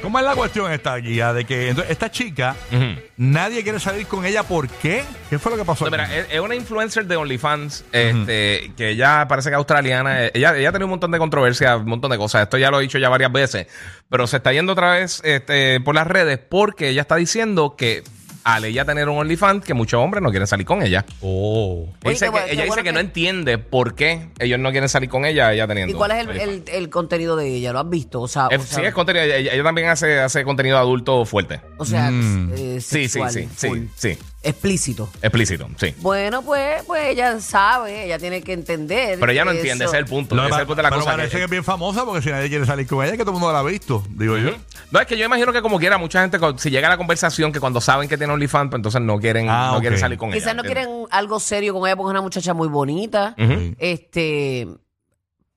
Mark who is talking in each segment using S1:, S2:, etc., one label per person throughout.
S1: ¿Cómo es la cuestión esta guía? De que entonces, esta chica, nadie quiere salir con ella. ¿Por qué? ¿Qué fue lo que pasó?
S2: No, mira, eh,
S1: aquí?
S2: es, es una influencer de OnlyFans, este, que ella parece que es australiana. Eh, Ella, ella ha tenido un montón de controversia, un montón de cosas. Esto ya lo he dicho ya varias veces. Pero se está yendo otra vez este, por las redes porque ella está diciendo que al ella tener un OnlyFans, que muchos hombres no quieren salir con ella.
S1: Oh.
S3: Oye,
S2: Dice
S3: qué
S2: que-
S3: bu- qué
S2: ella dice que
S3: bueno que-
S2: no entiende por qué ellos no quieren salir con ella, ella teniendo.
S3: ¿Y cuál es el,
S2: OnlyFans.
S3: el- el contenido de ella? ¿Lo has visto? O sea, o
S2: Eh,
S3: sea,
S2: sí, es contenido. Ella, ella también hace, hace contenido adulto fuerte.
S3: o sea,
S1: Mm.
S3: eh,
S2: Sí, sí,
S3: sexual,
S2: sí,
S3: full,
S2: sí, sí.
S3: Explícito.
S2: Explícito, sí.
S3: Bueno, pues, pues ella sabe, ella tiene que entender.
S2: Pero ella no
S3: que
S2: entiende,
S3: eso-
S2: ese es el punto.
S1: Lo
S2: ese
S1: que
S2: es
S1: pa-
S2: el punto de la
S1: pero
S2: cosa.
S1: parece
S2: que-
S1: que, es bien famosa porque si nadie quiere salir con ella, que todo el mundo la ha visto, digo yo.
S2: No, es que yo imagino que como quiera, mucha gente, cu- si llega a la conversación, que cuando saben que tiene OnlyFans, pues entonces no quieren,
S1: Ah,
S2: no
S1: ok.
S2: quieren salir con ella.
S3: Quizás no
S2: ¿entiendes?
S3: quieren algo serio con ella porque es una muchacha muy bonita.
S2: Ujú.
S3: Este,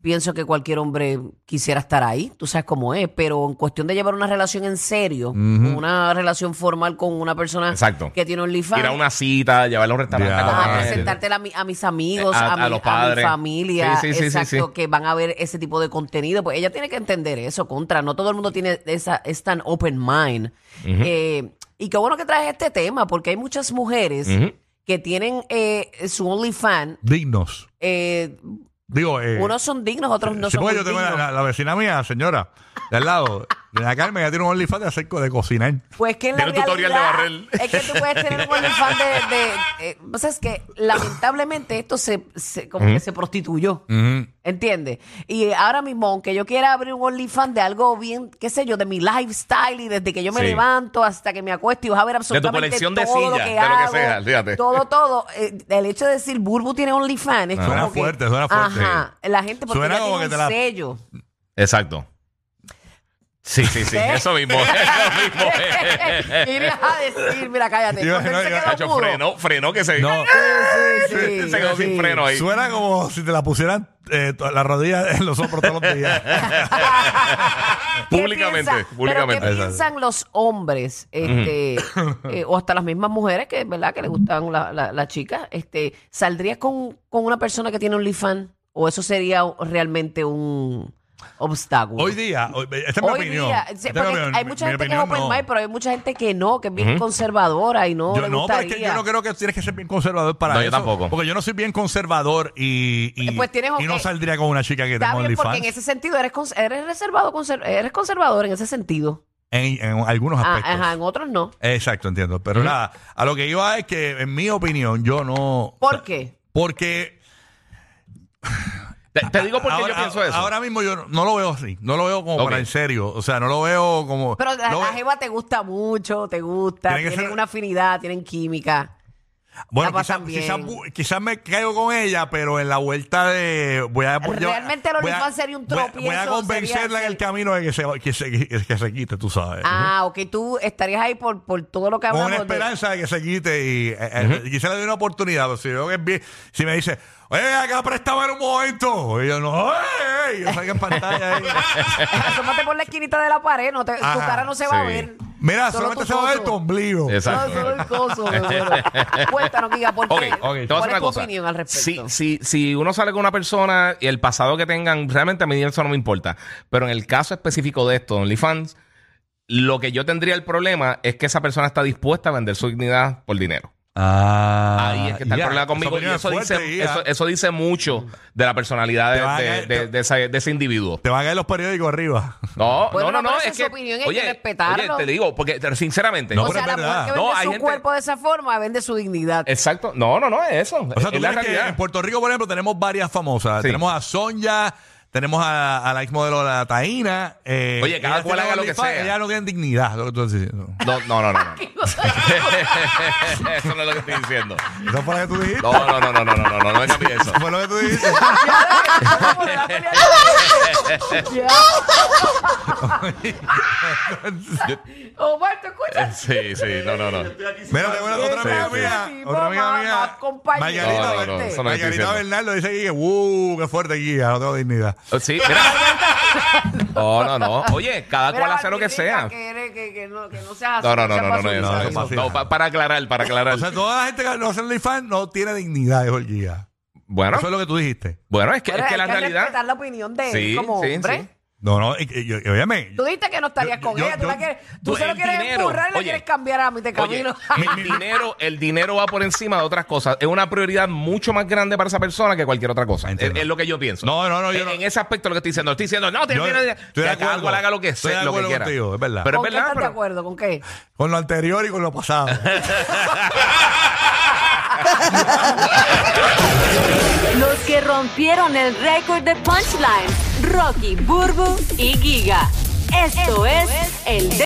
S3: pienso que cualquier hombre quisiera estar ahí, tú sabes cómo es, pero en cuestión de llevar una relación en serio, una relación formal con una persona
S2: Exacto.
S3: ah, que tiene OnlyFans,
S2: Ir a una cita, llevarla a un restaurante.
S1: Ya.
S2: a comer.
S3: a
S1: Ah,
S3: presentarte a, mi- a mis amigos,
S2: Eh, a-
S3: a,
S2: a
S3: mi, a
S2: los
S3: mi
S2: padres.
S3: familia,
S2: Sí, sí, sí, sí,
S3: exacto,
S2: sí.
S3: que van a ver ese tipo de contenido. Pues ella tiene que entender eso, contra. No todo el mundo tiene esa, es tan open mind. Eh, y qué bueno que traes este tema, porque hay muchas mujeres
S2: Ujú.
S3: que tienen eh, su OnlyFans.
S1: Dignos.
S3: eh,
S1: Digo, eh,
S3: unos son dignos, otros no
S1: sí,
S3: son
S1: porque
S3: muy
S1: yo tengo la,
S3: dignos.
S1: la- la vecina mía, señora, de al lado, de la Carmen, ya tiene un OnlyFans de hacer co- de cocinar.
S3: Pues que en la
S2: Tiene un tutorial de
S3: realidad
S2: barrer.
S3: es que tú puedes tener un OnlyFans de... de eh, o sea, es que lamentablemente esto se, se- como que se prostituyó. ¿Entiendes? Y eh, ahora mismo, aunque yo quiera abrir un OnlyFans de algo bien, qué sé yo, de mi lifestyle y desde que yo me
S2: Sí.
S3: levanto hasta que me acuesto y vas a ver absolutamente
S2: colección de
S3: todo lo
S2: sillas, de
S3: que
S2: lo que
S3: hago,
S2: sea, fíjate.
S3: todo, todo. eh, el hecho de decir Burbu tiene OnlyFans es
S2: Suena
S3: como que-
S1: fuerte, suena fuerte.
S3: Ajá, la gente porque
S1: Suena
S3: ya
S1: como
S3: tiene
S1: que te
S3: un
S1: la-
S3: sello.
S2: Exacto. Sí, sí, sí.
S3: ¿Qué?
S2: Eso mismo. Eso mismo.
S3: Ibas a decir, mira, cállate.
S1: Yo-
S3: Cuando él
S1: no,
S3: se
S1: yo-
S3: quedó
S2: Nacho,
S3: mudo.
S2: frenó, frenó que se.
S1: No,
S3: Sí, sí, sí.
S2: se quedó sin
S3: sí.
S2: freno ahí.
S1: suena como si te la pusieran eh, to- la rodilla en los hombros todos los días.
S3: ¿Qué
S2: Públicamente,
S3: piensa- pero
S2: públicamente.
S3: ¿Qué piensan los hombres este, eh, o hasta las mismas mujeres que, ¿verdad? que les gustaban la- la- las chicas? Este, ¿Saldrías con, con una persona que tiene un OnlyFans? ¿O eso sería realmente un obstáculo?
S1: Hoy día, hoy- esta es mi
S3: Hoy
S1: opinión.
S3: día, sí,
S1: Esta es mi
S3: porque
S1: opinión.
S3: hay mucha
S1: Mi
S3: gente que es
S1: opinión,
S3: open
S1: no.
S3: mind, pero hay mucha gente que no, que es bien conservadora y no
S1: Yo
S3: le
S1: no, pero es
S3: gustaría.
S1: que yo no creo que tienes que ser bien conservador para
S2: No, yo
S1: eso.
S2: tampoco.
S1: Porque yo no soy bien conservador y, y,
S3: Eh, pues tienes-
S1: y no
S3: eh,
S1: saldría con una chica que
S3: Está
S1: tenga
S3: bien, porque
S1: OnlyFans.
S3: en ese sentido eres, cons- eres reservado, conser- eres conservador en ese sentido.
S1: En, en algunos
S3: Ah,
S1: aspectos.
S3: ajá, en otros no.
S1: Exacto, entiendo. Pero nada, a lo que iba es que, en mi opinión, yo no.
S3: ¿Por qué?
S1: Porque.
S2: Te, te digo por qué
S1: ahora,
S2: yo pienso eso.
S1: ahora mismo yo no- no lo veo así. No lo veo como
S2: Ok.
S1: para en serio. O sea, no lo veo como.
S3: Pero la,
S1: no
S3: la
S1: ve-
S3: jeva te gusta mucho, te gusta,
S1: Tiene que
S3: tienen
S1: ser-
S3: una afinidad, tienen química.
S1: bueno,
S3: la
S1: quizás
S3: pasan
S1: quizás
S3: bien.
S1: bu- quizás me caigo con ella, pero en la vuelta de. Voy a, voy a-
S3: Realmente el
S1: voy a-
S3: OnlyFans sería un
S1: voy a- Voy a
S3: tropiezo,
S1: convencerla en
S3: sería-
S1: el camino de que se, que se, que se quite, tú sabes.
S3: Ah, ok, tú estarías ahí por, por todo lo que
S1: con
S3: hablamos.
S1: una
S3: de-
S1: esperanza de que se quite y eh, eh, quizá le doy una oportunidad. Pero si veo que es bien, si me dice, oye, ven acá préstame en un momento. Y yo no, "Ey, ey", y yo salgo en pantalla. ahí.
S3: Asómate por la esquinita de la pared, no te- tu
S1: Ajá,
S3: cara no se va a
S2: sí.
S3: ver.
S1: Mira,
S3: Solo
S1: solamente
S3: tu
S1: se va a ver
S3: coso.
S1: tu ombligo.
S3: No,
S2: Exacto.
S3: solo el coso, me duele. Cuéntanos, Giga, ¿por qué?
S2: Ok, ok, te voy a
S3: ¿Cuál
S2: hacer
S3: es
S2: una
S3: tu
S2: cosa.
S3: opinión al
S2: Si,
S3: respecto?
S2: si, si uno sale con una persona y el pasado que tengan, realmente a mí eso no me importa. Pero en el caso específico de esto, OnlyFans, lo que yo tendría el problema es que esa persona está dispuesta a vender su dignidad por dinero.
S1: Ah,
S2: Ahí es que está el
S1: ya,
S2: problema conmigo. Y
S1: esa opinión es
S2: eso,
S1: fuerte,
S2: dice,
S1: ya.
S2: eso, eso dice mucho
S1: Te
S2: de la
S1: va
S2: personalidad
S1: a
S2: de,
S1: caer-
S2: de- de- de ese, de ese individuo.
S1: Te van a caer los periódicos arriba.
S2: No,
S3: Bueno,
S2: no, no,
S3: pero
S2: no.
S3: esa es
S2: que,
S3: su opinión y hay que
S2: oye,
S3: respetarlo.
S2: te digo, porque te- sinceramente.
S1: No,
S3: o
S1: pero
S3: sea,
S1: es
S3: la
S1: verdad.
S3: mujer que
S2: No,
S3: vende
S2: hay
S3: su
S2: gente-
S3: cuerpo de esa forma vende su dignidad.
S2: Exacto. No, no, no, es eso.
S1: O sea, tú
S2: es la
S1: crees que
S2: realidad.
S1: en Puerto Rico, por ejemplo, tenemos varias famosas.
S2: Sí.
S1: Tenemos a Sonja, tenemos a, a la exmodelo de la Taína. eh,
S2: Oye, cada
S1: ellas
S2: cual
S1: tienen
S2: haga lo que
S1: OnlyFans,
S2: sea.
S1: Ellas no tienen dignidad, lo que tú estás diciendo.
S2: No, no, no, no. no. eso no es lo que estoy diciendo.
S1: Eso fue lo que tú dijiste.
S2: No, no, no, no, no, no, no, no, no me cambié eso.
S1: Fue lo que tú dijiste.
S3: Omar, ¿te escuchas?
S2: Sí, sí, no, no, no.
S1: Mira, tengo una- otra
S2: Sí,
S1: amiga
S2: sí.
S1: mía.
S3: Tipo,
S1: Otra
S3: más-
S1: amiga
S3: más
S1: mía.
S3: compañera.
S1: Margarita,
S2: No, no, no, eso no estoy
S1: Margarita
S2: diciendo.
S1: Bernardo dice aquí que, uh, qué fuerte guía, no tengo dignidad.
S2: Oh, Sí, mira. No, no, no. Oye, cada
S3: Mira,
S2: cual hace lo que
S3: Martita,
S2: sea.
S3: Que, eres- que, que no, que no seas así.
S2: No, no, no,
S3: seas
S2: no, no, no,
S3: basura.
S2: eso,
S1: No,
S2: eso.
S1: basura.
S2: No, pa- para aclarar, para aclarar.
S1: O sea, toda la gente que no hace OnlyFans no tiene dignidad, es el guía.
S2: Bueno,
S1: Eso es lo que tú dijiste.
S2: bueno, es que,
S3: Pero
S2: es que la
S3: hay
S2: realidad.
S3: respetar la opinión de él
S2: Sí,
S3: como
S2: sí,
S3: hombre.
S2: sí.
S1: No, no, y, y- y- óyeme,
S3: Tú dijiste que no estarías
S1: Yo-
S3: con
S1: yo-
S3: ella. Tú,
S1: yo-
S3: la quieres, tú
S2: Pues
S3: se lo
S2: el
S3: quieres
S2: dinero,
S3: empurrar y la
S2: oye.
S3: quieres cambiar a mí
S1: este
S3: de
S2: Oye,
S3: camino.
S2: el dinero, el dinero va por encima de otras cosas. Es una prioridad mucho más grande para esa persona que cualquier otra cosa. Es,
S1: Entiendo.
S2: es lo que yo pienso.
S1: No, no, no, yo
S2: en,
S1: no.
S2: en ese aspecto lo que estoy diciendo. Estoy diciendo, no, tiene
S1: Yo
S2: tiene-
S1: estoy de
S2: que
S1: acuerdo.
S2: cada cual haga lo que
S1: Estoy de
S2: sea, lo que
S1: acuerdo
S2: quiera.
S1: contigo, es verdad.
S2: Pero es
S3: ¿Con qué
S2: verdad,
S3: estás de
S2: pero-
S3: acuerdo? ¿Con qué?
S1: con lo anterior y con lo pasado.
S4: Los que rompieron el récord de punchline, Rocky, Burbu y Giga. Esto, es, el